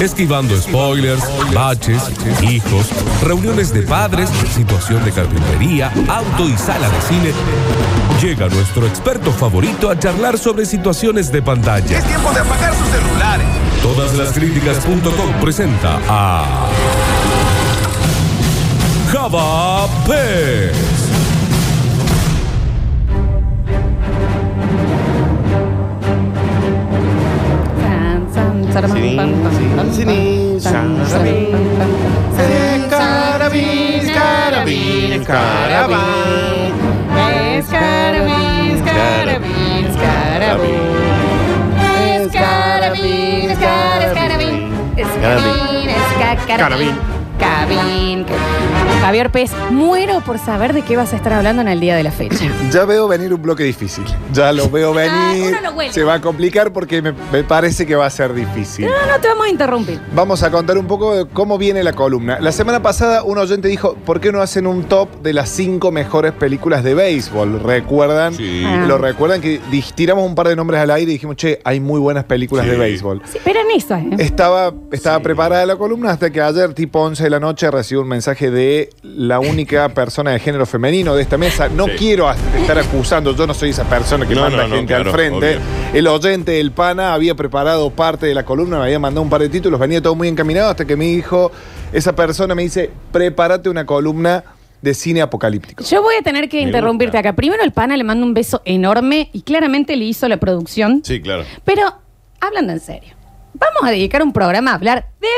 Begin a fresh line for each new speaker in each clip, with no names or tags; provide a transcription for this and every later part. esquivando spoilers, baches, hijos, reuniones de padres, situación de carpintería, auto y sala de cine, llega nuestro experto favorito a charlar sobre situaciones de pantalla.
Es tiempo de apagar sus celulares.
Todas las críticas.com presenta a Java Pez.
Sin, sin, sin, Eh, Carabins, carabins, carabins.
Es carabins, carabins, carabins. Es carabins, es car- es carabins. Es carabins, es ca- carabin. Carabin. Javier Pérez, muero por saber de qué vas a estar hablando en el día de la fecha.
Ya veo venir un bloque difícil. Ya lo veo venir.
Ah, uno lo huele.
Se va a complicar porque me, me parece que va a ser difícil.
Ah, No, no te vamos a interrumpir.
Vamos a contar un poco de cómo viene la columna. La semana pasada un oyente dijo, ¿por qué no hacen un top de las cinco mejores películas de béisbol? ¿Recuerdan?
Sí.
Ah.
Lo recuerdan que dij- tiramos un par de nombres al aire y dijimos, che, hay muy buenas películas
Sí.
de béisbol.
Sí, pero en eso, ¿eh?
Estaba, estaba preparada la columna hasta que ayer, tipo 11 de la noche, recibí un mensaje de la única persona de género femenino de esta mesa. No
Sí.
quiero as- estar acusando, yo no soy esa persona que
No,
manda
no, no,
gente al
claro,
frente.
obvio.
El oyente, el pana, había preparado parte de la columna, me había mandado un par de títulos, venía todo muy encaminado hasta que me dijo, esa persona me dice, prepárate una columna de cine apocalíptico.
Yo voy a tener que
Me
interrumpirte
gusta.
acá. Primero el pana le mando un beso enorme y claramente le hizo la producción.
Sí, claro.
Pero, hablando en serio, vamos a dedicar un programa a hablar de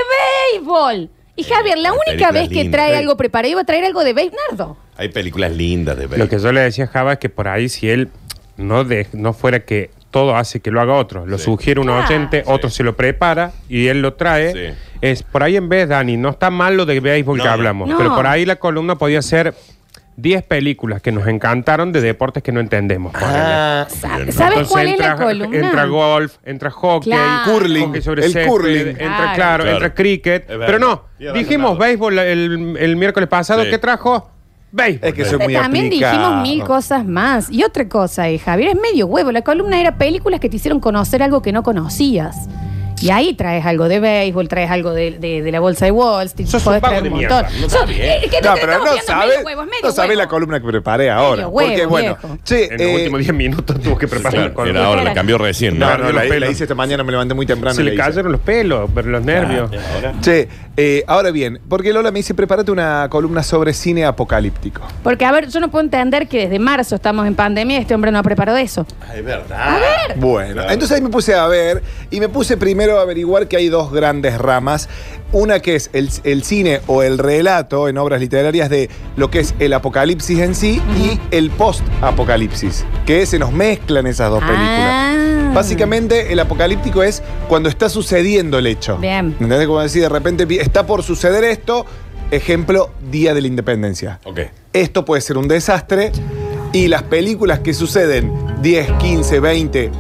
béisbol. Y Javier, la
hay
única
películas
vez que
lindas.
trae
Sí.
algo preparado, iba a traer algo de béisbol. Nardo.
Hay películas lindas de ver.
Lo que yo le decía a Java es que por ahí si él no, de- no fuera que todo hace que lo haga otro, lo
Sí.
sugiere un
Claro.
oyente, otro se lo prepara y él lo trae,
Sí.
es por ahí en vez, Dani, no está mal lo de béisbol
No,
que
no.
hablamos,
No.
pero por ahí la columna podía ser 10 películas que nos encantaron de deportes que no entendemos.
Ah.
ponele.
Sa-
Bien, ¿no?
¿Sabes
Entonces
cuál es la
entra-
columna?
Entra golf, entra hockey,
Claro. Curling,
hockey sobre
el
césped,
curling.
entra claro,
Claro.
Claro.
entra cricket,
Es verdad.
pero no,
Y abandonado.
dijimos béisbol el, el miércoles pasado,
Sí.
¿qué trajo? Béisbol.
Es que soy muy
También dijimos
aplicado.
mil cosas más. Y otra cosa, eh, Javier, es medio huevo. La columna era películas que te hicieron conocer algo que no conocías. Y ahí traes algo de béisbol, traes algo de, de- de la bolsa de Wall Street.
Sos un
podés
vago
traer
de
un
mierda.
montón.
No
Sos-
está bien.
eh, que te- te
No, pero
estamos
no
viendo medio
sabe,
huevo, es medio
no sabe
huevo.
la columna que preparé ahora.
Medio huevo,
porque bueno,
viejo.
che,
En
eh,
los últimos 10 minutos tuvo que preparar
Claro,
la columna.
era ahora, la cambió recién. ¿no?
No,
Claro.
no,
Perdió
la, la
los pelos.
hice esta mañana, me levanté muy temprano.
Se
y
le
la hice.
cayeron los pelos, pero los nervios.
Che, eh, ahora bien, porque Lola me dice, prepárate una columna sobre cine apocalíptico.
Porque, a ver, yo no puedo entender que desde marzo estamos en pandemia y este hombre no ha preparado eso.
Ah, Es verdad. A ver.
Bueno, entonces ahí me puse a ver y me puse primero a averiguar que hay dos grandes ramas. Una que es el, el cine o el relato en obras literarias de lo que es el apocalipsis en sí y el post-apocalipsis, que se nos mezclan esas dos películas.
Ah.
Básicamente, el apocalíptico es cuando está sucediendo el hecho.
Bien.
¿Entendés? Como decir, de repente vi- está por suceder esto. Ejemplo, Día de la Independencia.
Ok.
Esto puede ser un desastre y las películas que suceden 10, 15, 20,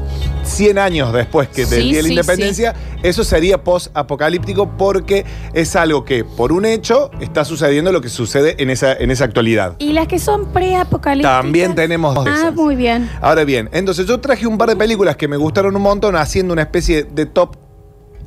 100 años después que del
Sí,
Día de la
sí,
Independencia, eso sería post-apocalíptico porque es algo que, por un hecho, está sucediendo lo que sucede en esa, en esa actualidad.
Y las que son preapocalípticas.
También tenemos de
Ah,
esas.
muy bien.
Ahora bien, entonces yo traje un par de películas que me gustaron un montón haciendo una especie de top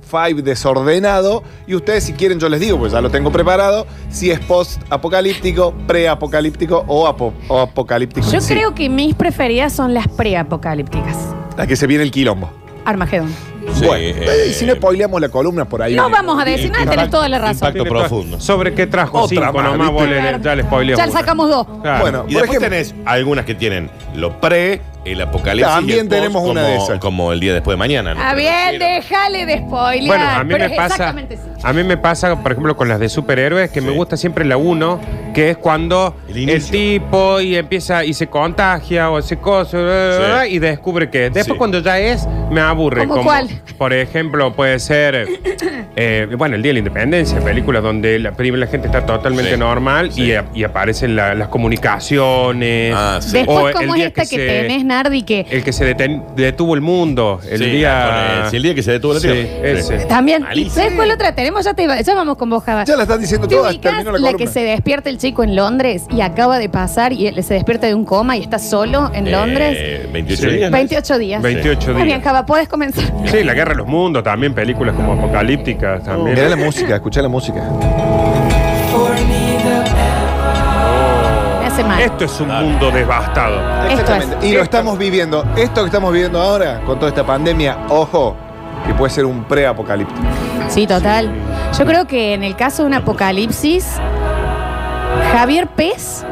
5 desordenado y ustedes si quieren yo les digo, pues ya lo tengo preparado, si es post apocalíptico, pre-apocalíptico o, apo- o apocalíptico.
Yo
en sí.
creo que mis preferidas son las preapocalípticas.
La que se viene el quilombo.
Armagedón.
Sí,
bueno, eh, y si no
eh,
spoileamos la columna por ahí.
No
viene.
vamos a decir nada, tenés toda la razón.
Impacto
Tiene toda-
profundo.
¿Sobre qué trajo?
Otra
cinco
más,
nomás,
¿viste?
vos le- ya le spoileé
Ya le
una.
sacamos dos.
Claro.
Bueno,
Y
por
después
ejemplo,
tenés algunas que tienen lo pre, el apocalipsis. y el
También
post
tenemos una
como-
de esas.
Como el día después de mañana. ¿no?
Ah, bien,
Pero-
déjale de spoiler.
Bueno, a mí
Pero
me
es
pasa.
Exactamente sí.
A mí me pasa, por ejemplo, con las de superhéroes, que me gusta siempre la 1, que es cuando
El
el,
inicio.
tipo y empieza y se contagia o se cosa bla, bla, bla, y descubre que. Después
Sí.
cuando ya es, me aburre.
¿Cómo cuál?
Por ejemplo, puede ser, eh, bueno, el Día de la Independencia, películas donde la, prim- la gente está totalmente
Sí.
normal y
Sí.
a- Y, aparecen la- las comunicaciones.
Ah, sí.
Después,
el
¿cómo es
día
esta que,
se-
tenés, Nardi que
El que se deten- detuvo el mundo. El
Sí, con
día.
el- sí, el día que se detuvo la
Sí,
tierra.
ese.
también.
Malísimo.
¿Sabes cuál otra tenemos? Ya, te iba- ya vamos con vos, Java.
Ya la están diciendo
¿Te
todas.
ubicas
Terminó la,
la,
columna.
que se despierta el chico en Londres y acaba de pasar y él se despierta de un coma y está solo en
Eh,
Londres?
28
Sí.
días. ¿no?
28 días.
28
Muy bien,
días.
Java, puedes comenzar.
Sí, la guerra de los mundos también, películas como apocalípticas también.
Mirá la música, escuchá la música.
Me hace mal.
Esto es un mundo devastado.
Esto
Exactamente.
es.
Y lo estamos viviendo. Esto que estamos viviendo ahora, con toda esta pandemia, ojo, que puede ser un preapocalíptico.
Sí, total. Yo creo que en el caso de un apocalipsis, Javier Pez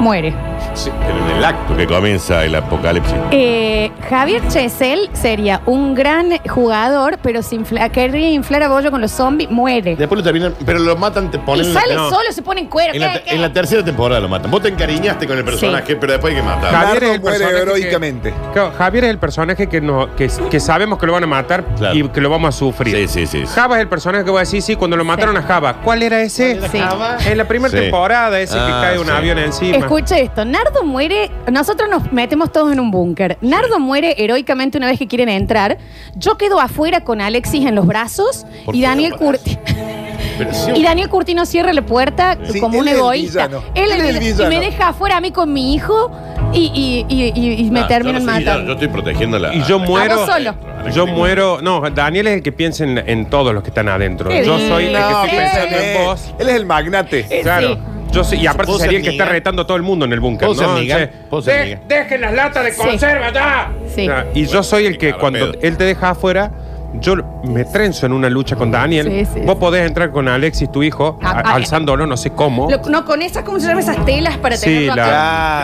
muere.
Sí, pero en el acto que comienza el apocalipsis.
Eh, Javier Chesel sería un gran jugador, pero si infla- querría inflar a Bollo con los zombies, muere.
Después lo terminan, pero lo matan, te
Y
ponen.
sale
no,
solo, se pone en cuero.
En la,
¿qué,
te-
qué?
en la tercera temporada lo matan. Vos te encariñaste con el personaje, pero después hay que matar.
Claro. Nardo muere
personaje que-
heroicamente.
Claro, Javier es el personaje que, no, que, que sabemos que lo van a matar
Claro.
y que lo vamos a sufrir.
Sí, sí, sí. sí.
Java es el personaje que voy a decir, sí, cuando lo mataron a Java. ¿Cuál era ese?
Sí.
En la primera
Sí.
temporada, ese que
Ah,
cae un
sí.
avión encima.
Escucha esto, Nardo muere, nosotros nos metemos todos en un búnker. Nardo muere heroicamente una vez que quieren entrar. Yo quedo afuera con Alexis en los brazos
¿Por
y
qué
Daniel
lo abraza?
Curti.
Pero sí,
Y Daniel Curtino cierra la puerta
Sí,
como
él
un
es el
egoísta.
villano.
Él es el villano. Y me
villano.
deja afuera a mí con mi hijo y, y- y- y- y me
Ah,
terminan
yo no sé,
matando.
Yo, yo estoy protegiendo la.
Y yo
a la-
muero.
vos solo.
a la-
Yo muero. No, Daniel es el que piensa en, en todos los que están adentro.
Qué
Yo
bien.
soy el que
No,
estoy
qué
pensando en vos.
Él es el magnate.
Eh,
Claro.
sí.
Yo soy, y aparte
Vos
sería el
amiga.
que está retando a todo el mundo en el búnker,
Vos
¿no?
amiga.
Che,
Vos
de-
amiga.
dejen las latas de
Sí.
conserva ya.
Sí.
Ah, Y yo soy el que
Claro,
cuando
pedo.
él te deja afuera, yo me trenzo en una lucha con Daniel.
Sí, sí,
Vos
sí.
podés entrar con Alexis, tu hijo,
Ah,
a-
ah,
alzándolo, no sé cómo.
Lo- no, con esas, ¿cómo se llaman esas telas para
Sí,
tenerlo acá?
la-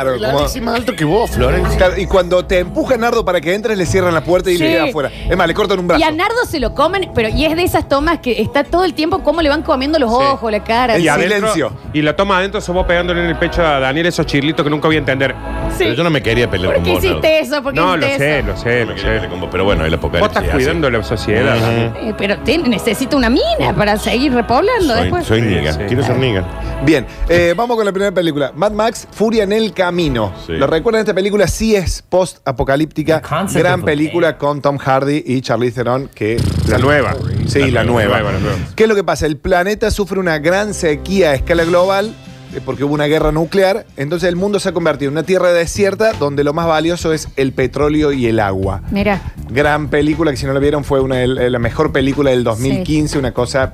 Claro,
La
como-
Alexis más alto que vos, Florencia.
Claro, y cuando te empuja Nardo para que entres, le cierran la puerta y
Sí.
le queda afuera. Es más, le cortan un brazo.
Y a Nardo se lo comen, pero y es de esas tomas que está todo el tiempo cómo le van comiendo los ojos, la cara.
El
Sí.
adentro- silencio.
Y la toma adentro, se vos pegándole en el pecho a Daniel esos chirlitos que nunca voy a entender.
Pero yo no me quería pelear
¿Por
con
qué
vos.
hiciste eso? ¿Por qué
No, lo
hiciste
sé,
eso?
lo sé,
No me
lo
quería
sé.
pelear con vos, pero bueno, el
Vos
apocalipsis.
estás cuidando la sociedad.
Ujú.
Eh, pero te- necesita una mina para seguir repoblando
Soy,
después.
soy
Sí,
niga.
sí.
Quiero ser niga.
Bien, eh, vamos con la primera película. Mad Max, Furia en el Camino.
Sí.
¿Lo recuerdan? Esta película sí es post-apocalíptica.
The concept
Gran
of-
película con Tom Hardy y Charlize Theron, que...
La nueva.
Sí, la, nueva. ¿Qué es lo que pasa? El planeta sufre una gran sequía a escala global eh, porque hubo una guerra nuclear. Entonces el mundo se ha convertido en una tierra desierta donde lo más valioso es el petróleo y el agua.
Mira,
Gran película que si no la vieron fue una de la mejor película del 2015, una cosa...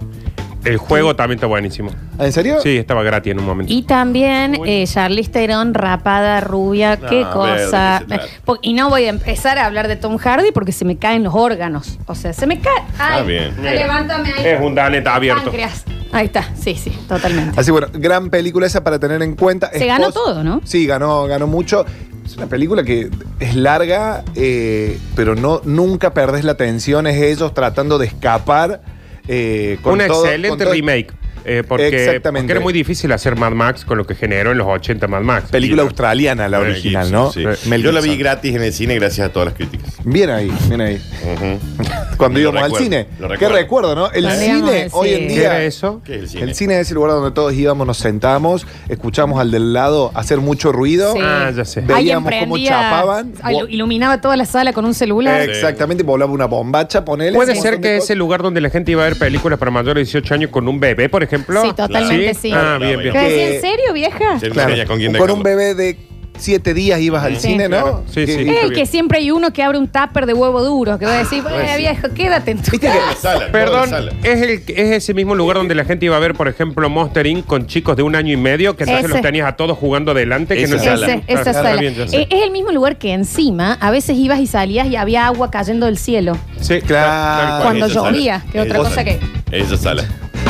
El juego también está buenísimo.
¿En serio?
Sí, estaba gratis en un momento.
y también eh, Charlize Theron, rapada, rubia, qué
Ah,
cosa. Eh,
verde, que se trata.
Po- y no voy a empezar a hablar de Tom Hardy porque se me caen los órganos. O sea, se me cae. Ay,
bien.
ay, Levántame ahí.
Es un daneta abierto.
Páncreas. Ahí está, sí, sí, totalmente.
Así bueno, gran película esa para tener en cuenta.
Se ganó todo, ¿no?
Sí, ganó, ganó mucho. Es una película que es larga, eh, pero no, nunca perdés la atención. Es ellos tratando de escapar. eh, con
Un
todo- con
excelente
todo-
remake. eh, porque,
Exactamente.
porque era muy difícil hacer Mad Max con lo que generó en los 80 Mad Max.
Película
Y-
australiana la
Mel
original,
Gibson,
¿no? Eh,
sí.
Mel
Yo la vi
Gibson.
gratis en el cine gracias a todas las críticas.
Bien ahí, bien ahí.
Ujú.
Cuando
Lo
íbamos al
recuerdo,
cine.
lo
Qué
recuerdo.
recuerdo, ¿no? El
Lo íbamos
cine
al
hoy en
cine.
¿Qué era
día.
eso?
¿Qué es el cine?
El cine es el lugar donde todos íbamos, nos sentamos, escuchamos al del lado hacer mucho ruido.
Sí.
Ah, ya sé.
Ahí
Veíamos cómo
emprendía,
chapaban.
ah, ilu- iluminaba toda la sala con un celular.
Eh,
Exactamente, volaba una bombacha, ponele.
Puede
Un
ser
montón de
que
cosas.
es el lugar donde la gente iba a ver películas para mayores de 18 años con un bebé, por ejemplo.
Sí, totalmente, sí.
Ah, bien, bien.
¿Qué decía?
Eh,
¿En serio, vieja?
Sí, no
Claro,
tenía con quién
un
dejarlo.
bebé de siete días ibas al
Sí.
cine,
Claro.
¿no? Que-
Sí, sí.
Es el
bien.
Eh,
Ah,
que siempre hay uno que abre un tupper de huevo duro, que va a decir, eh, viejo, quédate en tu
Viste
Toda la sala, toda
Perdón, Eh,
la sala.
es, el, es ese mismo lugar donde la gente iba a ver, por ejemplo, Monster Inc. con chicos de un año y medio, que entonces
Ese.
los tenías a todos jugando adelante. Que
Esa
no
sala.
Ese- esa
Ah, está
sala.
bien, ya sé.
Eh, es el mismo lugar que encima a veces ibas y salías y había agua cayendo del cielo.
Sí,
Claro.
Cuando
Esa sala.
llovía, que otra
Esa
cosa
sala. Esa sala.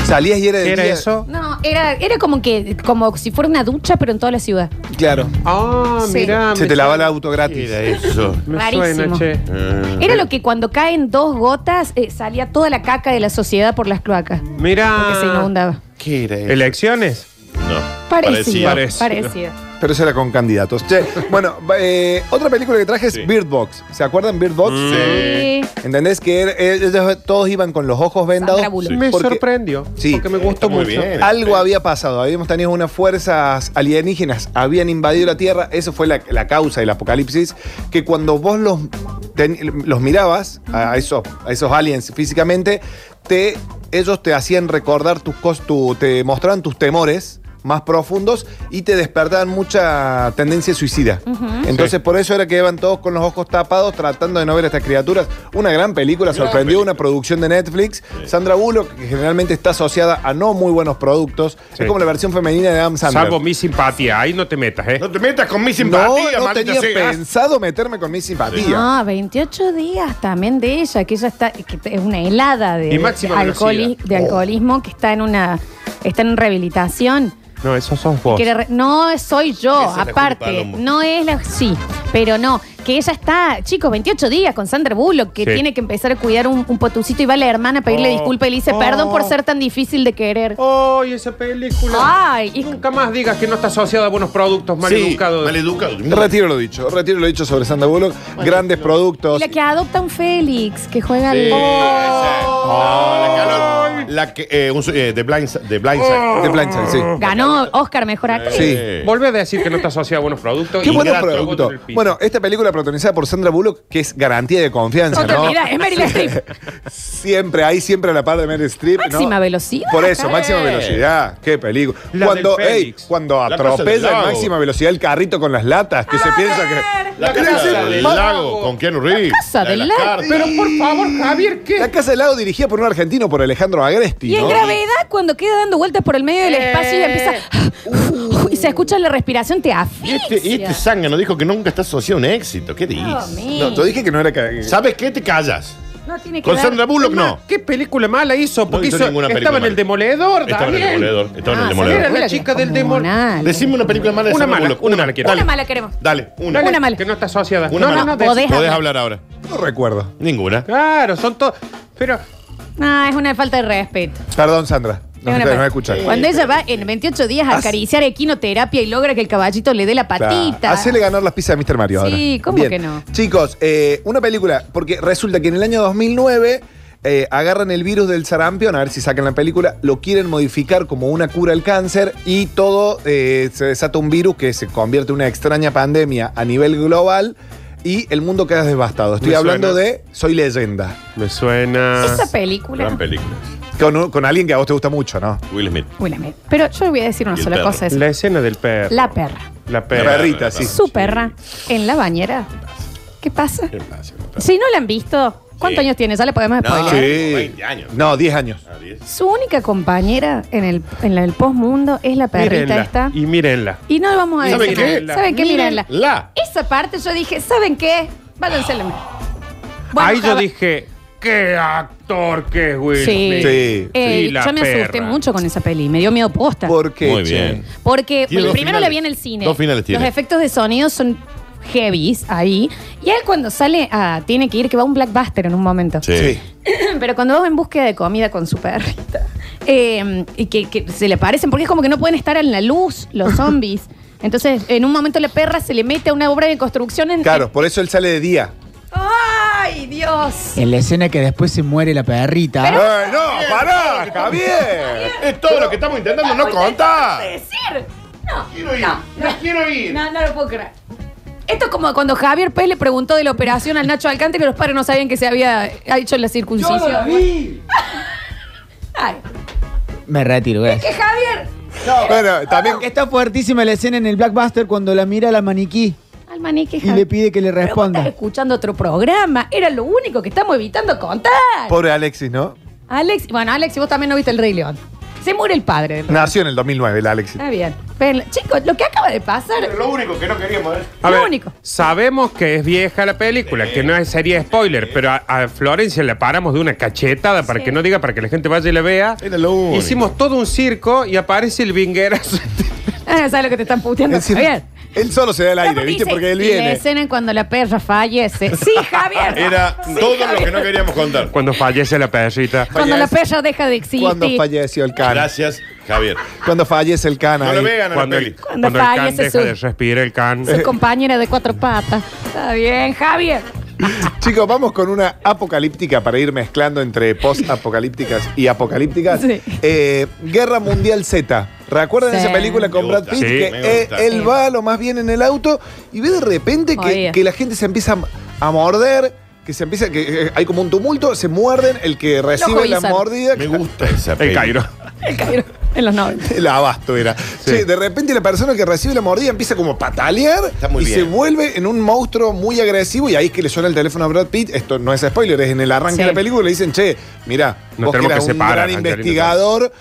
Salías y era de
¿Qué era
día-
eso?
No, era, era como que, como si fuera una ducha, pero en toda la ciudad.
Claro.
Ah,
Sí.
mira.
Se te lava el auto gratis.
Era eso.
Me suena,
Rarísimo.
che.
Era lo que cuando caen dos gotas eh, salía toda la caca de la sociedad por las cloacas.
Mira. Ah,
Porque se inundaba.
¿Qué era eso?
¿Elecciones?
No.
Parecido.
Parecía.
Parecido.
Parecido.
Pero eso era con candidatos. Che, bueno, eh, otra película que traje es
Sí. Mm.
Bird Box. ¿Se acuerdan Bird Box?
Eh,
Sí.
¿Entendés? Que er- ellos todos iban con los ojos vendados.
Sandra Bullock. Sí.
Me
Porque
sorprendió.
Sí.
Porque me gustó
Está muy
mucho.
bien.
Algo había pasado, habíamos tenido unas fuerzas alienígenas, habían invadido la Tierra, eso fue la, la causa del apocalipsis, que cuando vos los, ten- los mirabas a esos, a esos aliens físicamente, te, ellos te hacían recordar tus cos- tu- te mostraban tus temores más profundos y te despertaban mucha tendencia suicida. Entonces por eso era que iban todos con los ojos tapados tratando de no ver a estas criaturas. Una gran película, sorprendió, una producción de Netflix. Sandra Bullock, que generalmente está asociada a no muy buenos productos,
Sí.
es como la versión femenina de Adam Sandler.
Salvo mi simpatía. Ahí no te metas, ¿eh?
No te metas con mi
no,
simpatía,
no
maldita
tenía
sea.
pensado meterme con mi simpatía.
Ah, 28 días también de ella, que ella está, que es una helada de,
Y máxima
alcoholi-
velocidad. Oh.
de alcoholismo que está en una, está en rehabilitación.
No, eso sos vos.
Quiere re- no soy yo,
Esa es la Juli
aparte.
Palombo.
No es la. Sí, pero no. Que ella está, chicos, 28 días con Sandra Bullock, que
Sí.
tiene que empezar a cuidar un, un potucito y va la hermana a pedirle
Oh,
disculpas y le dice,
oh.
perdón por ser tan difícil de querer.
¡Ay, esa película!
Ay, y-
Nunca más digas que no está asociada a buenos productos mal
Sí,
educados.
maleducado.
Retiro lo dicho, retiro lo dicho sobre Sandra Bullock. Grandes productos.
Y la que adopta un Félix, que juega
Sí, Oh.
al.
esa. No, la que habló- la que, eh, un su- eh, The Blind Side- The Blind Side.
Oh. De plancha, sí.
Oh. Ganó Oscar mejor actriz.
Sí.
Eh,
Volvé a decir que no está asociada a buenos productos.
Qué
y
buenos
gato,
productos.
boto en el piso.
Bueno, esta película protagonizada por Sandra Bullock, que es garantía de confianza,
Otra
¿no?
mira, es Meryl Streep.
Siempre, ahí siempre a la par de Meryl Streep. ¿no?
Máxima velocidad.
Por eso,
Eh.
máxima velocidad. Qué película.
La
Cuando,
del
ey,
Fénix.
cuando
La Casa del
atropella en
Lago.
máxima velocidad el carrito con las latas, que se piensa que.
la
Quiere
casa
decir,
del
pa-
lago con Keanu Reeves. La
casa
de
del
las
lago.
cartas.
Pero por favor, Javier, ¿qué?
La Casa del Lago dirigida por un argentino, por Alejandro Agresti.
Y en
¿no?
gravedad, cuando queda dando vueltas por el medio del
Eh.
espacio y empieza. y se escucha la respiración, te
Y
asfixia.
este, y este zángano dijo que nunca está asociado a un éxito. ¿Qué
Dios
dices?
mío.
No, yo dije que no era. ca-
¿Sabes qué? Te callas.
No tiene que
Con
ver.
Sandra Bullock no.
¿Qué película mala hizo? Porque
hizo
hizo-
ninguna película
estaba en el
mala.
demoledor,
Estaba en el
Daniel.
demoledor. Estaba en el
Ah,
demoledor.
Sandra Bullock
La chica
es
del demonio.
descomunal.
Decime una película mala de
Una
Sandra
mala,
Bullock.
una mala quiero.
Una mala queremos.
Dale, una.
Una mala.
Que no está asociada.
Una
no,
mala.
no, no, de-
Podés
Podés
hablar.
hablar ahora.
No recuerdo.
Ninguna.
Claro, son todos. Pero
No, Ah, es una falta de respeto.
Perdón, Sandra. No,
Es
te-
una
no
falta-
me escuchas.
Cuando ella va en 28 días
Ah,
a acariciar equinoterapia y logra que el caballito le dé la patita.
Hacele ganar las pizzas a Mr. Mario
Sí,
ahora.
¿cómo
Bien.
que no?
Chicos, eh, una película, porque resulta que en el año 2009 eh, agarran el virus del sarampión, a ver si sacan la película, lo quieren modificar como una cura al cáncer y todo eh, se desata un virus que se convierte en una extraña pandemia a nivel global y el mundo queda devastado. Estoy
Me
hablando
suena.
de Soy Leyenda,
me suena.
Esa película.
Ah, Gran película.
con, un- con alguien que a vos te gusta mucho, ¿no?
Will Smith.
Uy, la me- Pero yo voy a decir una
Y el
sola
perro.
cosa. es-
La escena del perro.
la perra.
La
La
perra.
perrita, sí.
Su perra en la bañera. ¿Qué pasa?
Qué fácil, la perra.
Si no la han visto, ¿cuántos
Sí.
años tiene? Ya le podemos
No.
spoiler.
Ah, Sí. 20 años.
No, 10 años.
Ah, diez.
Su única compañera en el, en la- el postmundo es la perrita
Mírenla,
esta.
Y mírenla.
Y no lo vamos a decir.
¿Saben
nada.
qué?
¿Saben qué? Mírenla.
La.
Esa parte yo dije, ¿saben qué? Váyanse a la mierda. Bueno,
Ahí yo
Java-
dije, qué actor que es
Sí.
Will Smith.
Sí.
Eh,
Y la
yo me asusté
perra.
mucho con esa peli, me dio miedo posta.
¿Por qué?
Muy
che?
bien.
Porque
Tiene
el
dos
primero
finales.
la vi en el cine.
Dos finales tiene.
Los efectos de sonido son heavies ahí. Y él cuando sale, a- tiene que ir, que va a un blackbuster en un momento.
Sí.
Pero cuando vas en búsqueda de comida con su perrita eh, y que, que se le parecen, porque es como que no pueden estar en la luz los zombies. Entonces, en un momento la perra se le mete a una obra de construcción en.
Claro, por eso él sale de día.
¡Ay, Dios!
En la escena que después se muere la perrita.
¡Eh, no! ¡Pará, Javier!
Es todo lo que estamos intentando no contar.
decir? No,
Quiero ir.
no,
No quiero ir.
no, no lo puedo creer. Esto es como cuando Javier Pérez le preguntó de la operación al Nacho Alcántara y los padres no sabían que se había hecho la circuncisión. Ay,
Me retiro, ¿ves?
que Javier.
Bueno, también.
Está fuertísima la escena en el Blackbuster cuando la mira la maniquí
Al manique
y
Javier.
le pide que le
Pero vos estás
responda.
escuchando otro programa. Era lo único que estamos evitando contar.
Pobre Alexis, ¿no?
Alex, bueno, Alex, y vos también no viste el Rey León. Se muere el padre del Rey.
Nació en el 2009 el Alexis.
Está bien. Ven, chicos, lo que acaba de pasar.
Lo único que no queríamos ¿eh? es.
A
Lo
ver,
único.
Sabemos que es vieja la película, que no es- sería spoiler, pero a, a Florencia le paramos de una cachetada para
Sí.
que no diga, para que la gente vaya y la vea.
Era lo único.
Hicimos todo un circo y aparece el vinguerazo.
Ah, ¿Sabes lo que te están puteando,
Encima-
Javier?
Él solo se da el aire, ¿viste?
dice,
Porque él
y La
viene.
escena en cuando la perra fallece. Sí, Javier.
Ah, Era
Sí,
todo lo
Javier.
que no queríamos contar.
Cuando fallece la perrita.
Cuando la
fallece.
perra deja de existir.
Cuando falleció el can.
Gracias, Javier.
Cuando fallece el can
No
ahí.
lo vean a la
Cuando
peli.
el,
Cuando
cuando el can
fallece
deja
su-
de respirar el can.
Su compañera de cuatro patas. Está bien, Javier.
Chicos, vamos con una apocalíptica para ir mezclando entre post-apocalípticas y apocalípticas.
Sí.
Eh, Guerra Mundial Z. ¿Recuerdan
Sí.
esa película con
Me
Brad
gusta,
Pitt?
sí,
que
me
eh,
gusta.
él
Sí.
va lo más bien en el auto y ve de repente que,
Jodida.
que la gente se empieza a- a morder, que se empieza, que eh, hay como un tumulto, se muerden, el que recibe la
coisan.
mordida.
Me gusta esa peli.
El Cairo.
El Cairo, En los 90.
El abasto era. Che, de repente la persona que recibe la mordida empieza como a patalear
Está muy
y
bien.
se vuelve en un monstruo muy agresivo y ahí es que le suena el teléfono a Brad Pitt. Esto no es spoiler, es en el arranque
Sí.
de la película. Le dicen, che, mira,
Nos
vos que
tenemos
eras
que
un
separar,
gran
Angelina.
investigador,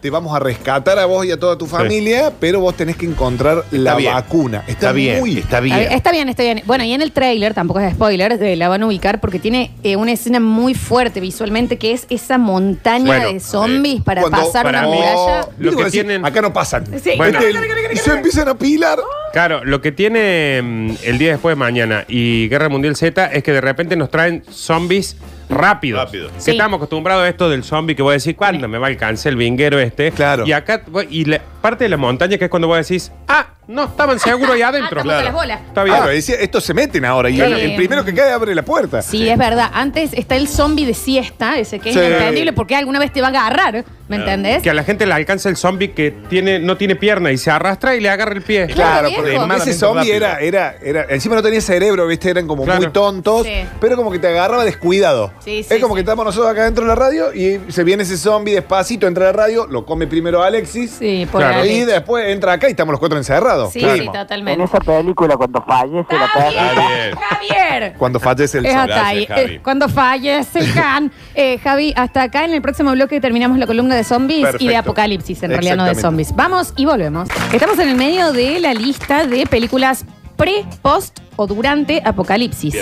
te vamos a rescatar a vos y a toda tu familia, pero vos tenés que encontrar la
bien.
vacuna. Está,
Está bien,
muy...
está
A ver,
bien.
Está bien, está bien. Bueno, y en el tráiler, tampoco es spoiler, eh, la van a ubicar porque tiene eh, una escena muy fuerte visualmente que es esa montaña
Bueno,
de zombies para
eh, Cuando-
pasar
para
una
mí-
muralla.
Lo
Viste,
que
vos decís,
tienen-
Acá no pasan.
Sí.
Bueno.
Este, y se empiezan a pilar.
Claro, lo que tiene mm, el día después de mañana y Guerra Mundial Z es que de repente nos traen zombies rápidos.
Rápido.
Que
Sí.
estamos acostumbrados a esto del zombie que voy a decir, ¿cuándo me va a alcanzar el vinguero este?
Claro.
Y acá, y la parte de la montaña que es cuando vos decís, ah, no, estaban seguros ahí
Ah,
adentro.
estamos con las bolas.
Está bien.
Ah, decía, estos se meten ahora y
Sí.
el, el primero que cae abre la puerta.
Sí, es verdad. Antes está el zombie de siesta, ese que
Sí.
es entendible porque alguna vez te va a agarrar, ¿me entendés?
Que a la gente le alcanza el zombie que tiene, no tiene pierna y se arrastra y le agarra el pie.
Claro,
Claro, viejo.
porque
Extremadamente
ese zombie
rápido.
era, era, era. Encima no tenía cerebro, ¿viste? Eran como
Claro.
muy tontos,
Sí.
pero como que te agarraba descuidado.
Sí, sí,
es como
sí.
que estamos nosotros acá dentro de la radio y se viene ese zombie despacito, entra a la radio, lo come primero Alexis.
Sí, por
Claro.
Y
ahí.
después entra acá y estamos los cuatro encerrados.
Sí,
Claro.
sí,
En
totalmente.
esa película, cuando fallece la
Está
perra,
bien, Javier.
Cuando fallece el
Es
zombie.
hasta ahí.
Gracias, Javi.
Eh, cuando falles, el can. Eh, Javi, hasta acá en el próximo bloque terminamos la columna de zombies y de
Perfecto.
apocalipsis, en realidad no de
Exactamente.
zombies. Vamos y volvemos. Estamos en el medio de la lista de películas pre, post o durante apocalipsis.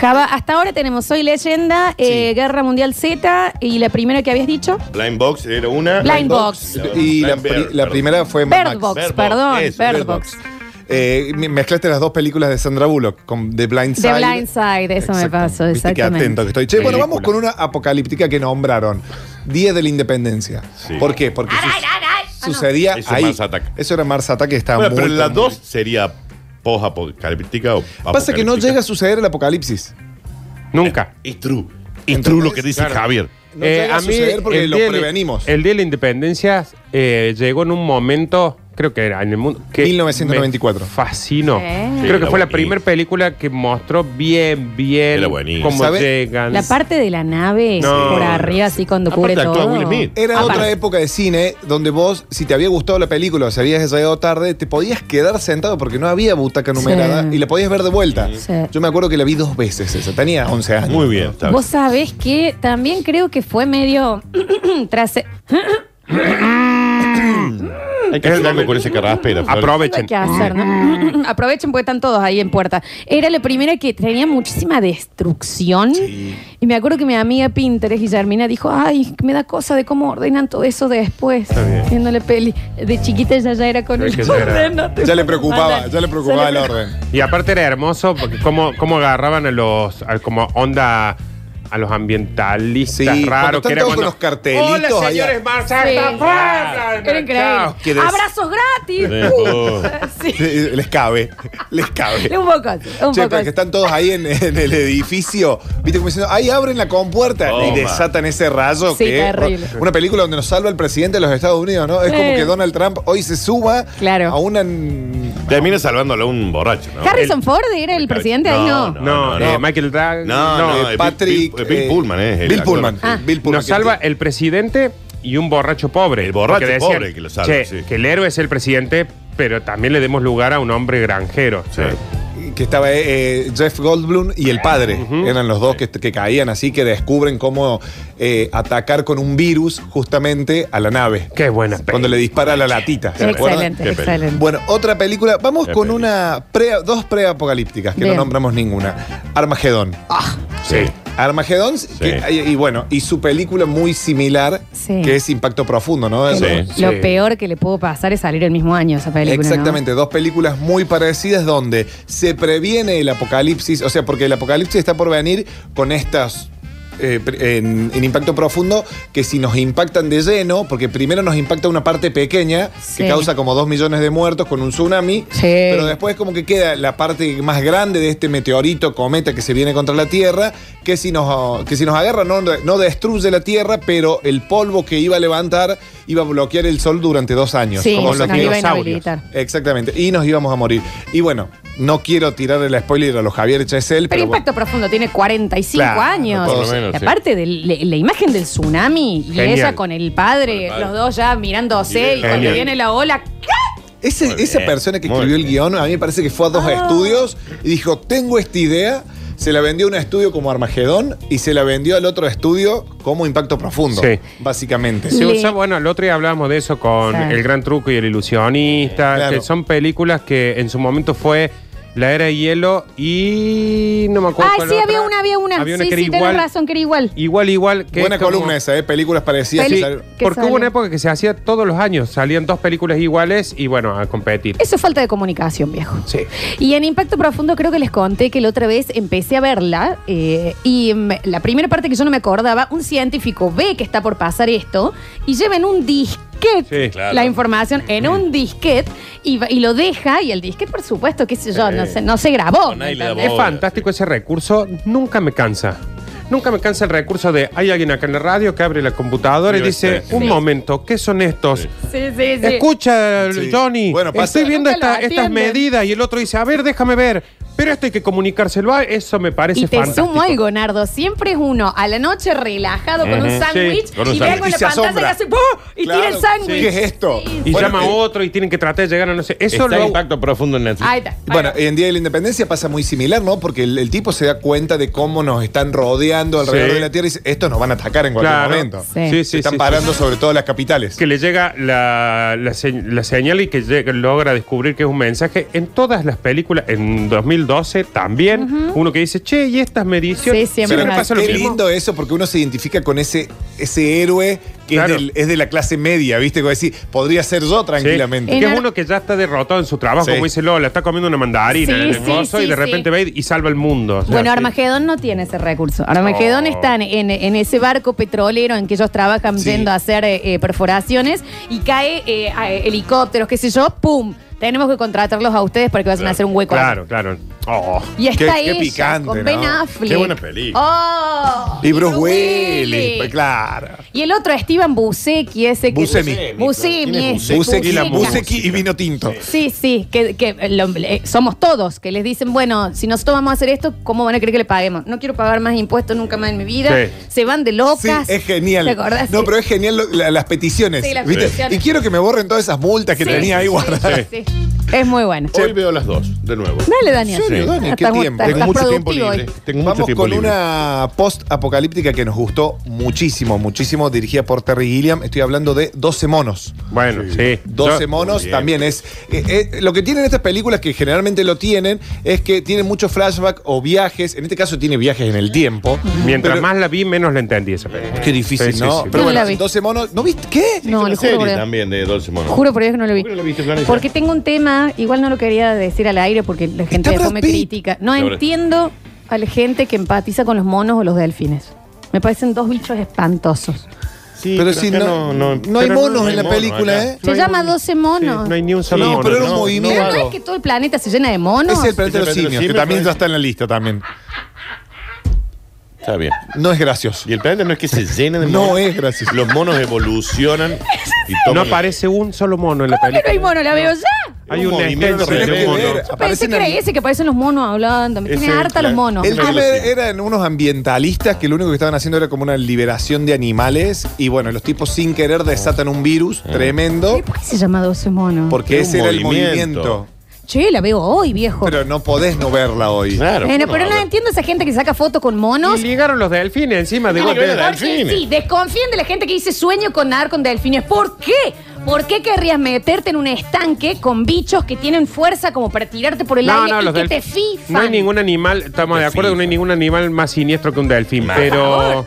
Java, hasta ahora tenemos Soy Leyenda, eh, Guerra Mundial Z y la primera que habías dicho.
Blind Box era una.
Blind Box.
Y la,
Blind
pri-
Bear,
la
perdón.
primera fue Mad
Bird
Max.
Box,
Bird Box,
perdón,
eso,
Bird
Bird
Box.
Eh, me- mezclaste las dos películas de Sandra Bullock con The Blind Side.
The Blind Side, eso me pasó,
Viste qué
exactamente.
atento que estoy. Che, bueno,
Película.
vamos con una apocalíptica que nombraron. Día de la Independencia.
Sí.
¿Por qué? Porque sus- sucedía
Eso es
ahí.
Mars Attack.
Eso era Mars Attack que estaba
Bueno,
muy...
pero la 2 sería post-apocalíptica o
Pasa que no
apocalíptica.
llega a suceder el apocalipsis.
Nunca.
Es true. Es true lo que dice
Claro.
Javier.
No llega a suceder porque
Eh, el
lo
día de-
prevenimos.
El Día de la Independencia eh, llegó en un momento, creo que era en el mundo. Que
1994.
me fascinó.
Sí.
Sí,
Creo que
era
fue la
buenísimo.
primera película que mostró bien, bien
Era buenísimo.
cómo
¿Sabe?
llegan.
La parte de la nave
No.
por arriba, así cuando
Aparte
cubre
actúa
todo.
Will Smith.
Era
Aparte.
otra época de cine donde vos, si te había gustado la película o si habías llegado tarde, te podías quedar sentado porque no había butaca numerada
Sí.
y la podías ver de vuelta.
Sí.
Yo me acuerdo que la vi dos veces esa. Tenía 11 años.
Muy bien. está
Vos sabés que también creo que fue medio tras
bien. Hay que hacer algo con ese carraspera.
Aprovechen.
que hacer, ¿no? Aprovechen porque están todos ahí en puerta. Era la primera que tenía muchísima destrucción. Y me acuerdo que mi amiga Pinterest Guillermina dijo, ay, me da cosa de cómo ordenan todo eso después. Viendo la peli. De chiquita ya ya era con
Creo que
el
ya era.
orden. no te
Ya le
puedo
preocupaba,
mandar.
ya le preocupaba el orden.
Y aparte era hermoso porque cómo, cómo agarraban a los. a- como onda. A los
Sí,
ambientalistas
cuando
raros
están
que era
todos con
cuando,
los cartelitos
Hola,
allá".
señores, marcha
Sí.
esta puerta".
Era
Chao.
increíble.
¿Quieres?
Abrazos gratis.
Sí. Oh.
Sí.
Sí, Les cabe, les cabe.
Un poco así, un
Che,
poco
pero
así.
que están todos ahí en, en el edificio, viste como diciendo, ahí abren la compuerta y
Toma.
desatan ese rayo
Sí,
que
terrible.
una película donde nos salva el presidente de los Estados Unidos, ¿no? Es como
Sí.
que Donald Trump hoy se suba
Claro.
a una eh,
Termina salvándolo a un borracho, ¿no?
Harrison Ford era el presidente, ahí no.
No,
No,
eh,
no.
Michael Drag.
No, no, eh, Bill-
Patrick
Bill- Bill
eh,
Pullman, eh, el
Bill
actor.
Pullman,
Ah.
Bill Pullman
Nos salva
que-
el presidente y un borracho pobre.
El borracho
Porque
pobre que lo salva,
"Che,
sí.
Que el héroe es el presidente, pero también le demos lugar a un hombre granjero.
Sí.
que estaba eh, eh, Jeff Goldblum y el padre eran los dos que, que caían así que descubren cómo eh, atacar con un virus justamente a la nave
Qué buena
cuando le
peli.
dispara la latita ¿se acuerdan?
Excelente,
Qué peli.
excelente.
Bueno, otra película. Vamos
Qué
con
peli.
una pre- dos preapocalípticas que
Bien.
no nombramos ninguna. Armagedón.
Sí.
Armagedón, que- y, y bueno, y su película muy similar,
Sí.
que es Impacto Profundo, ¿no?
Sí.
Lo
Sí.
peor que le pudo pasar es salir el mismo año esa película. ¿no?
Exactamente, dos películas muy parecidas donde se previene el apocalipsis, o sea, porque el apocalipsis está por venir con estas... eh, pr- en, en impacto profundo, que si nos impactan de lleno, porque primero nos impacta una parte pequeña,
Sí.
que causa como dos millones de muertos con un tsunami,
Sí.
pero después como que queda la parte más grande de este meteorito, cometa que se viene contra la Tierra, que si nos, que si nos agarra no, no destruye la Tierra, pero el polvo que iba a levantar iba a bloquear el sol durante dos años.
Sí,
como
nos
los
iba a
dinosaurios.
inhabilitar.
Exactamente, y nos íbamos a morir. Y bueno, no quiero tirarle la spoiler a los Javier Chesel,
Pero
pero,
Impacto Profundo tiene 45
Claro,
años.
por lo menos,
Y
sí.
aparte de le- la imagen del tsunami y
Genial.
ella con el padre, los dos ya mirándose y cuando
Genial.
viene la ola, ¡ah! ¡ca!
bueno, ese-
Muy
esa
bien,
persona que
muy
escribió el
bien.
guión, a mí me parece que fue a dos estudios y dijo, tengo esta idea, se la vendió a un estudio como Armagedón y se la vendió al otro estudio como Impacto Profundo,
Sí.
básicamente.
Se
Le-
usa- bueno, el otro día hablábamos de eso con
Sí.
El Gran Truco y El Ilusionista,
Claro.
que son películas que en su momento fue La Era de Hielo y no me acuerdo.
Ay,
cuál
sí,
otra.
había una, había una. sí,
que
sí,
era
tenés
igual,
razón, que era igual.
igual, igual. Que
Buena
es como-
columna esa, ¿eh? películas parecidas.
Peli-
que sal-
que
Porque
sale.
hubo una época que se hacía todos los años, salían dos películas iguales y bueno, a competir.
Eso es falta de comunicación, viejo.
Sí.
Y en Impacto Profundo creo que les conté que la otra vez empecé a verla eh, y mm, la primera parte que yo no me acordaba, un científico ve que está por pasar esto y lleva en un disquete
Sí, claro.
la información, en un disquete y, va- y lo deja y el disquete, por supuesto, qué sé yo, no, se, no se grabó.
Nadie le da
¿entendés?
Es fantástico ese recurso, nunca me cansa. Nunca me cansa el recurso de hay alguien acá en la radio que abre la computadora y
Sí,
dice,
este,
sí, sí.
un momento, ¿qué son estos?
Sí, sí, sí.
Escucha,
Sí.
Johnny,
Bueno, pasa-
estoy viendo
Nunca la
esta- estas
atienden.
medidas y el otro dice, a ver, déjame ver, pero esto hay que comunicárselo a eso me parece
Y te
fantástico.
sumo algo, Nardo. Siempre es uno a la noche relajado con un sándwich
con un
y ve algo en
sándwich.
la
Y se
pantalla
asombra.
y hace ¡pum! y
Claro,
tira el sándwich.
¿Qué es esto?
Sí,
Y
Bueno,
llama a
eh,
otro y tienen que tratar de llegar a no sé. Eso
Está
lo
impacto profundo en Netflix.
Ahí está.
Bueno,
Bueno,
en Día de la Independencia pasa muy similar, ¿no? Porque el, el tipo se da cuenta de cómo nos están rodeando alrededor
Sí.
de la Tierra y dice, estos nos van a atacar en cualquier
Claro.
momento.
Sí.
Sí, sí,
se están
sí,
parando sobre todo las capitales.
que le llega la, la, se- la señal y que llega- logra descubrir que es un mensaje en todas las películas, en 2012 también, uno que dice, che, y estas mediciones...
Sí, siempre
Siempre
hay.
pasa lo
Qué
mismo.
lindo eso, porque uno se identifica con ese, ese héroe que
Claro.
es, del- es de la clase media, ¿viste? Como decir, podría ser yo
Sí.
tranquilamente.
Que
En
es
ar-
uno que ya está derrotado en su trabajo,
Sí.
como dice Lola, está comiendo una mandarina
Sí,
en el
sí,
coso
sí,
y de
sí.
repente va y salva el mundo. O sea, sí.
Armagedón no tiene ese recurso. Armagedón
No.
está en, en ese barco petrolero en que ellos trabajan
Sí.
yendo a hacer eh, eh, perforaciones y cae eh, a- eh, helicópteros, qué sé yo, ¡pum! Tenemos que contratarlos a ustedes para que vayan a hacer un hueco.
Claro, claro. Oh.
Y está
Qué- qué
ella
picante,
con
¿no?
Ben Affleck.
Qué buena película.
Oh,
Y Bruce Willis,
Willis.
pues, claro.
Y el otro, Steven Buscemi, ese que...
Buscemi.
Buscemi,
¿Quién es
ese,
Buseki
Y la
Buscemi.
música.
Buseki y vino tinto.
Sí, sí, que, que, eh, lo- eh, somos todos, que les dicen, bueno, si nosotros vamos a hacer esto, ¿cómo van a creer que le paguemos? No quiero pagar más impuestos nunca más en mi vida.
Sí.
Se van de
Sí,
locas.
es
¿Te
genial.
acordás?
No,
Sí.
pero es genial lo- la- las peticiones.
Sí, las
¿viste?
peticiones.
Y quiero que me borren todas esas multas que
Sí,
tenía ahí
sí,
guardadas.
sí, sí. Es muy bueno.
Hoy veo las dos, de nuevo.
Dale, Daniel.
¿En serio, Dani?
Ah,
¿Qué
estás-
tiempo?
estás
Tengo mucho tiempo
productivo
libre.
hoy.
Tengo mucho
Vamos
tiempo
con
libre.
una post apocalíptica que nos gustó muchísimo, muchísimo, dirigida por Terry Gilliam. Estoy hablando de 12 monos.
Bueno, sí.
12
Yo-
monos
bien.
también es. eh, eh, lo que tienen estas películas, que generalmente lo tienen, es que tienen mucho flashback o viajes. En este caso tiene viajes en el tiempo.
Mientras
Pero-
más la vi, menos la entendí esa película.
Qué difícil,
Sí, sí,
¿no?
sí.
Pero
No la
bueno,
vi.
12 monos. ¿No viste qué?
No,
Una
le juro por
serie
Dios.
también de Dulce Mono.
Juro por Dios que no lo vi.
¿Por qué no lo viste, Florencia?
Porque tengo un tema, igual no lo quería decir al aire porque la gente
Está
después
Brad
me
Pitt.
critica. No
Está Brad-
entiendo a la gente que empatiza con los monos o los delfines. Me parecen dos bichos espantosos.
Sí,
Pero si
acá
no- no hay
pero
monos en la
monos
película,
acá.
¿eh?
Se llama 12 monos.
Sí, no hay ni un solo
No,
mono.
pero era un
no,
movimiento.
Pero no es que todo el planeta se llena de monos.
Es el planeta de los simios, que también ya está en la lista también.
Está bien.
No es gracioso.
Y el planeta no es que se llene de
No
monos.
es gracioso.
Los monos evolucionan y toman.
No
la-
aparece un solo mono en la
¿Por qué no hay
película.
mono? La veo ya.
Hay
Un
un
movimiento
extenso
de
de un
mono.
mono.
Yo pensé que era
Aparecen en-
ese que parecen los monos hablando. Me
Ese,
tienen harta los
claro.
monos.
El
Ah.
tema eran unos ambientalistas que lo único que estaban haciendo era como una liberación de animales y bueno, los tipos sin querer desatan un virus tremendo
¿Por qué se llama 12 monos?
porque
Es un
ese era el
movimiento.
movimiento.
Che, la veo hoy, viejo.
Pero no podés no verla hoy.
Claro.
Eh, no,
¿cómo
pero no
habla?
entiendo esa gente que saca fotos con monos.
Y ligaron los delfines encima de
Tiene que ver
golpe.
delfines.
Sí, desconfíen de la gente que dice sueño con nadar con delfines. ¿Por qué? ¿Por qué querrías meterte en un estanque con bichos que tienen fuerza como para tirarte por el
No,
aire
no,
y
los
que te
delfines.
fifan?
No hay ningún animal, estamos de acuerdo, que no hay ningún animal más siniestro que un delfín, pero.
Ah,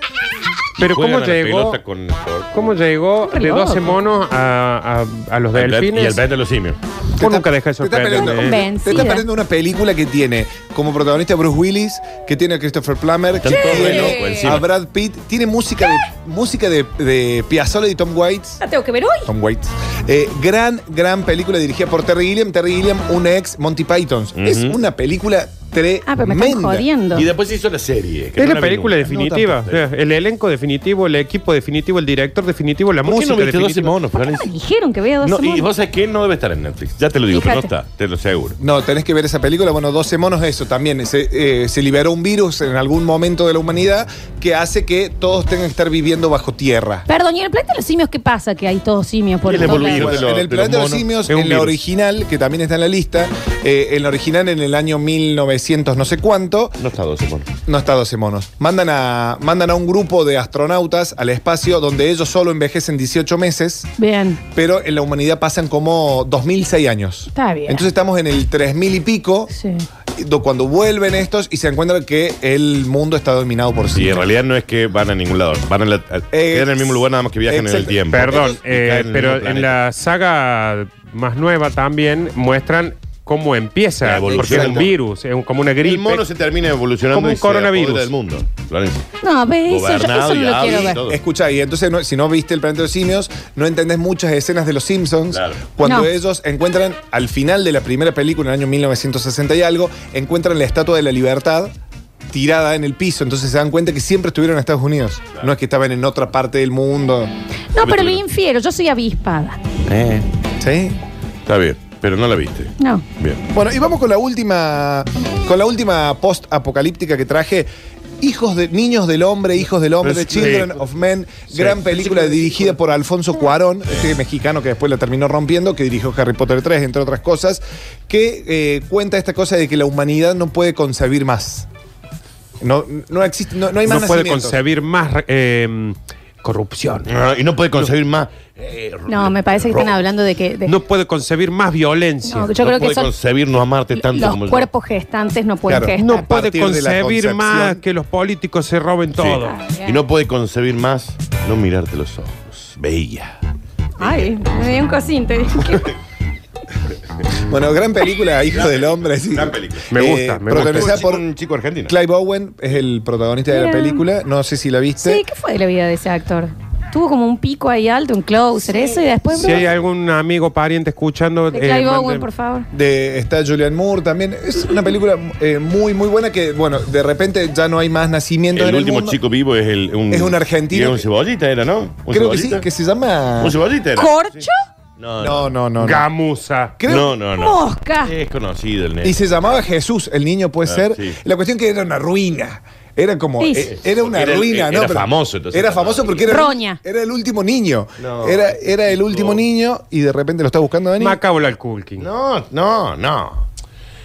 Pero
Juegan
¿cómo
a la
llegó?
pelota con- con-
¿Cómo llegó
Son re
de 12
locos.
monos a, a- a los
al pez- Y el
delfines?
pez de los simios.
Vos nunca dejás
te
de
estás
sorprenderme,
perdiendo-
¿eh?
Te estás
Vencida.
perdiendo una película que tiene como protagonista a Bruce Willis, que tiene a Christopher Plummer, que
Están todos re
tiene
locos
a
encima.
Brad Pitt, tiene música de música de, de Piazzolla y Tom Waits.
La tengo que ver hoy.
Tom Waits. Eh, gran, gran película dirigida por Terry Gilliam. Terry Gilliam, un ex Monty Python. Es una película tremenda.
Ah, pero me están jodiendo.
Y después se hizo la serie. que
Es
no
la película
vi nunca.
definitiva.
No, tampoco.
o sea, el elenco definitivo, el equipo definitivo, el director definitivo, la
¿Por qué
música
no viste 12
definitiva.
monos, Florencia?
Dijeron que vea dos
No, y
monos.
vos sabés que no debe estar en Netflix. Ya te lo digo, pero no
Fíjate.
está, te lo aseguro.
No, tenés que ver esa película. Bueno, 12 monos, eso también. Se, eh, se liberó un virus en algún momento de la humanidad que hace que todos tengan que estar viviendo bajo tierra.
Perdón, ¿y en el planeta de los simios qué pasa? Que hay todos simios por
Y el
todos
evoluido.
lados.
Bueno,
de los-
en el
de
Planeta de
los
los
monos
Simios,
es un
en la
virus.
original, que también está en la lista, eh, en la original en el año 1900 no sé cuánto,
No está 12 monos.
no está 12 monos. Mandan a, mandan a un grupo de astronautas al espacio donde ellos solo envejecen 18 meses,
Bien.
pero en la humanidad pasan como 2006 años.
Está bien.
Entonces estamos en el 3000 y pico,
Sí.
do- cuando vuelven estos y se encuentran que el mundo está dominado por
Sí,
sí.
en realidad no es que van a ningún lado. Van a la- a- quedan en el mismo lugar, nada más que viajan en el
exacto.
tiempo.
Perdón,
Y
eh,
caen en el
pero
mismo
en
planeta.
la saga más nueva también muestran cómo
La
empieza,
evolución.
porque es un
Exacto.
virus, es un- como una gripe.
El mono se termina evolucionando
Como un
y se apodera
coronavirus.
del mundo. Florencia.
No, ve eso, yo- eso
Gobernado
no
y
lo
hábil
quiero
y
ver.
todo.
Escucha, y entonces no- si no viste el planeta de los simios, no entendés muchas escenas de los Simpsons.
Claro.
Cuando
No.
ellos encuentran, al final de la primera película, en el año 1960 y algo, encuentran la Estatua de la Libertad tirada en el piso. Entonces se dan cuenta que siempre estuvieron en Estados Unidos. No es que estaban en otra parte del mundo.
No, pero lo infiero, yo soy avispada.
¿Sí?
Está bien, pero no la viste.
No.
Bien.
Bueno, y vamos con la última. Con la última post apocalíptica que traje. Hijos de niños del hombre, hijos del hombre,
Sí.
Children of Men, gran película dirigida por Alfonso Cuarón, este mexicano que después la terminó rompiendo, que dirigió Harry Potter 3, entre otras cosas, que eh, cuenta esta cosa de que la humanidad no puede concebir más. No, no existe, no, no hay más
no puede
nacimientos.
concebir más eh, corrupción.
Ah, y no puede concebir más. eh,
No, me parece que
ro-
están hablando de que. de-
No puede concebir más violencia.
No,
No,
yo
no
creo que
puede
son.
concebir no amarte tanto como
Los
yo.
cuerpos gestantes no pueden
Claro.
gestar.
a
puede
partir de la
concebir
concepción-
más que los políticos se roben
Sí. Ah,
todo.
bien.
Y no puede concebir más no mirarte los ojos. Bella.
Ay, me dio un cosín, te dije.
Bueno, gran película, Hijos del hombre. sí. Eh,
Gran película.
Me gusta, me gusta.
protagonizada por
un chico argentino.
Clive Owen, es el protagonista de la
Mira.
película. No sé si la viste.
Sí, ¿qué fue de la vida de ese actor? Tuvo como un pico ahí alto, un closer, eso, y después.
Si hay algún amigo, pariente escuchando.
de
eh,
Clive
manden-
Owen, por favor.
De, está Julian Moore también. Es una película eh, muy, muy buena que, bueno, de repente ya no hay más nacimiento
El
en el
último
mundo.
chico vivo es el.
Es un argentino
y era un
que-
cebollita, era, ¿no? ¿Un
Creo que sí,
cebollita?
que se llama...
¿Un cebollita era?
¿Corcho?
No, no.
No, no, no. no.
Gamusa.
Creo-
No, no, no.
Mosca.
Es conocido el
Y
negro.
se llamaba Jesús, el niño puede
Ah,
ser.
sí.
La cuestión que era una ruina. Era como.
Sí.
eh, era una
Era el-
ruina, ¿no?
era
Pero-
famoso, entonces,
Era
estaba-
famoso porque era.
Roña.
Era el último niño.
No.
Era, era el último
No.
niño y de repente lo está buscando Dani.
Macaulay Culkin.
No, no, no.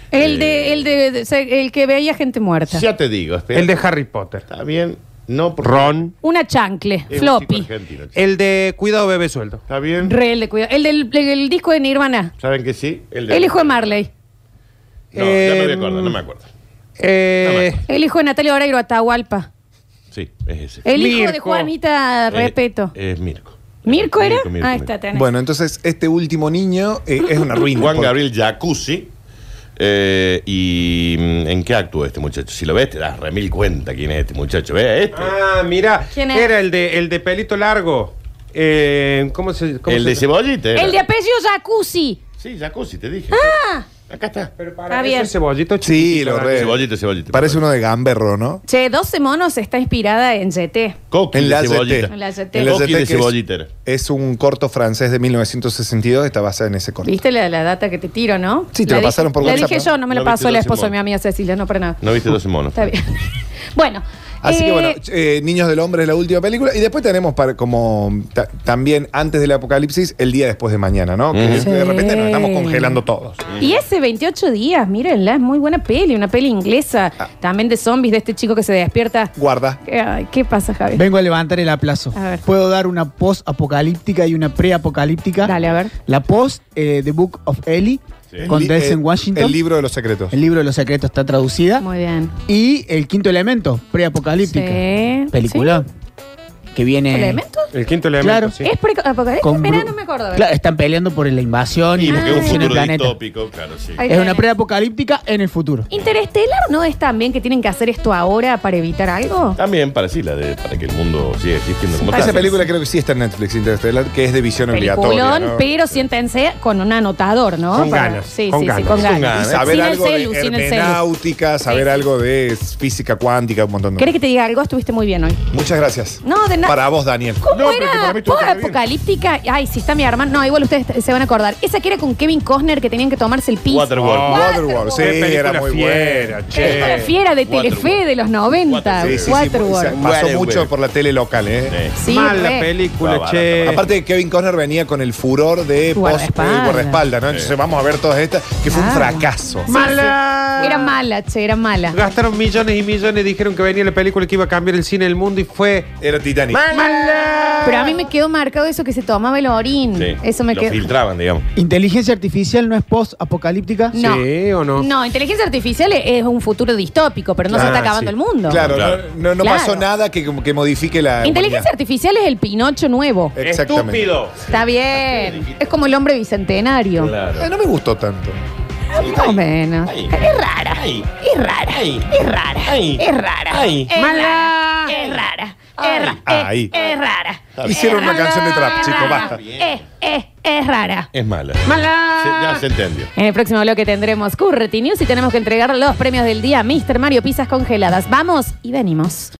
El de, el de, de- se- el que veía gente muerta.
Ya te digo, espera.
El de Harry Potter.
Está bien. No, porque-
Ron.
Una chancle,
Es un
floppy.
chico argentino, chico.
El de Cuidado Bebé Sueldo.
Está bien.
Re el de cuidado. El del el disco de Nirvana.
¿Saben que sí?
El hijo de Marley.
No, ya me voy a acordar, no me acuerdo.
Eh,
El hijo de Natalia Oreiro Atahualpa.
Sí, es ese.
El hijo de
Mirko.
Juanita Repeto.
Es, Mirko.
¿Mirko era?
Eh, Mirko, Mirko,
ah,
Mirko.
está, tenés.
Bueno, entonces este último niño eh, es una ruina.
Juan
porque-
Gabriel Jacuzzi. Eh, ¿Y mm, en qué actúa este muchacho? Si lo ves, te das re mil cuenta quién es este muchacho. Ve este.
ah, mira.
¿Quién es?
Era el de, el de pelito largo. Eh, ¿Cómo se cómo
el
se
de Cebollita. era.
El de apellido Jacuzzi.
Sí, Jacuzzi, te dije. Acá está.
Pero eh,
Está
para
bien.
eso es cebollito
Sí,
chiquitito,
lo
Dani.
re.
Cebollita, Cebollita.
Parece uno de Gamberro, ¿no?
Che, 12 monos está inspirada en YT.
Coqui
En
de
la
Cebollita.
AZT.
En la AZT.
En la
Coqui
AZT,
de
que es-
Cebollita era.
Es un corto francés de 1962, está basada en ese corto.
¿Viste la, la data que te tiro, no?
Sí, te la
dije-
pasaron por
La
WhatsApp,
dije
¿no?
yo, no me la
La viste
pasó la
dos
esposa de mi
semanas.
amiga Cecilia, no para nada.
No viste 12 monos.
Está bien. bueno,
Así que
Eh,
bueno, eh, Niños del Hombre es la última película. Y después tenemos para, como ta- también antes del apocalipsis, el día después de mañana, ¿no? Que
Sí.
de repente nos estamos congelando todos.
Y ese 28 días, mírenla, es muy buena peli, una peli inglesa.
Ah.
También de zombies, de este chico que se despierta.
Guarda.
Eh, ay, ¿Qué pasa, Javi?
Vengo a levantar el aplazo.
A ver.
Puedo dar una post-apocalíptica y una pre-apocalíptica.
Dale, a ver.
La post, eh, The Book of Ellie,
Sí.
con
Li-
Denzel
eh,
Washington.
El libro de los secretos.
El libro de los secretos está traducida.
Muy bien.
Y el quinto elemento, pre-apocalíptica.
Sí.
Película.
¿Sí?
Que viene.
¿Elementos?
El quinto elemento,
Claro.
sí.
¿Es preapocalíptico?
Eh, con
Mirá,
Bru-
no me acuerdo.
Claro, están peleando por la invasión y
Y
la
porque es un
destrucción del
futuro
planeta.
distópico, claro, sí.
Ahí
Es una
tenés.
pre-apocalíptica en el futuro.
¿Interestelar no es también que tienen que hacer esto ahora para evitar algo?
También para sí, la de para que el mundo siga existiendo como
Ah, Esa
tal.
película creo que sí está en Netflix Interstellar, que es de visión obligatoria.
Peliculón,
¿no?
pero siéntense con un anotador, ¿no?
Con
Para-
ganas,
Sí,
con
sí, sí,
ganas.
con
Con
Y
ganas.
ganas.
Ah, saber
sin
algo
el celu,
de
sin el celu.
hermenáutica, saber
Sí.
algo de física cuántica, un montón de
¿Querés que te diga algo? Estuviste muy bien hoy.
Muchas gracias.
No, de nada.
Para vos, Daniel.
¿Cómo
No, pero que
era?
para mí estuvo
Post
re bien.
apocalíptica. Ay, si está mi hermano. No, igual ustedes t- se van a acordar. Esa que era con Kevin Costner que tenían que tomarse el piso.
Waterworld.
Ah,
Oh,
Waterworld, sí,
qué película
era muy
fiera,
buena.
Era
che.
esta fiera de Telefe
Waterworld.
de los 90.
Waterworld.
Sí, sí, sí,
Waterworld.
se- pasó
Waterworld.
mucho por la tele local, ¿eh?
Sí.
Sí,
Mal la
re.
película,
Bárbara,
che.
Aparte de Kevin Costner venía con el furor de post eh,
Guardaespaldas.
guardaespaldas, ¿no? Entonces vamos a ver todas estas, que fue un
Claro.
fracaso.
Mala.
Era mala, che, era mala.
Gastaron millones y millones, dijeron que venía la película que iba a cambiar el cine del mundo y fue
Era Titanic.
mala.
Pero a mí me quedó marcado eso que se tomaba el orín.
Sí.
Eso me
Lo
quedó.
filtraban, digamos.
Inteligencia artificial no es post-apocalíptica.
No.
¿Sí o no?
No, inteligencia artificial es- es un futuro distópico, pero no se
Ah,
está acabando
sí.
el mundo.
Claro,
Claro.
no, no- no
Claro.
pasó nada que, como que modifique la.
Inteligencia artificial es el Pinocho nuevo.
humanidad. Exactamente.
Está bien. Es como el hombre bicentenario.
Claro.
Eh, no me gustó tanto.
Más o menos.
Ay.
Es rara.
Ay.
Es rara.
Ay.
Es rara.
Ay.
Es rara.
Ay.
Es
Mala.
rara. Es rara. Es ra- eh,
Ay.
Es es rara.
Hicieron una canción de trap,
Es
chicos,
rara.
basta.
Es, es, es rara.
Es mala.
Mala.
Se- ya se entendió.
En el próximo bloque tendremos Curreti News y tenemos que entregar los premios del día a Mr. Mario Pizzas Congeladas. Vamos y venimos.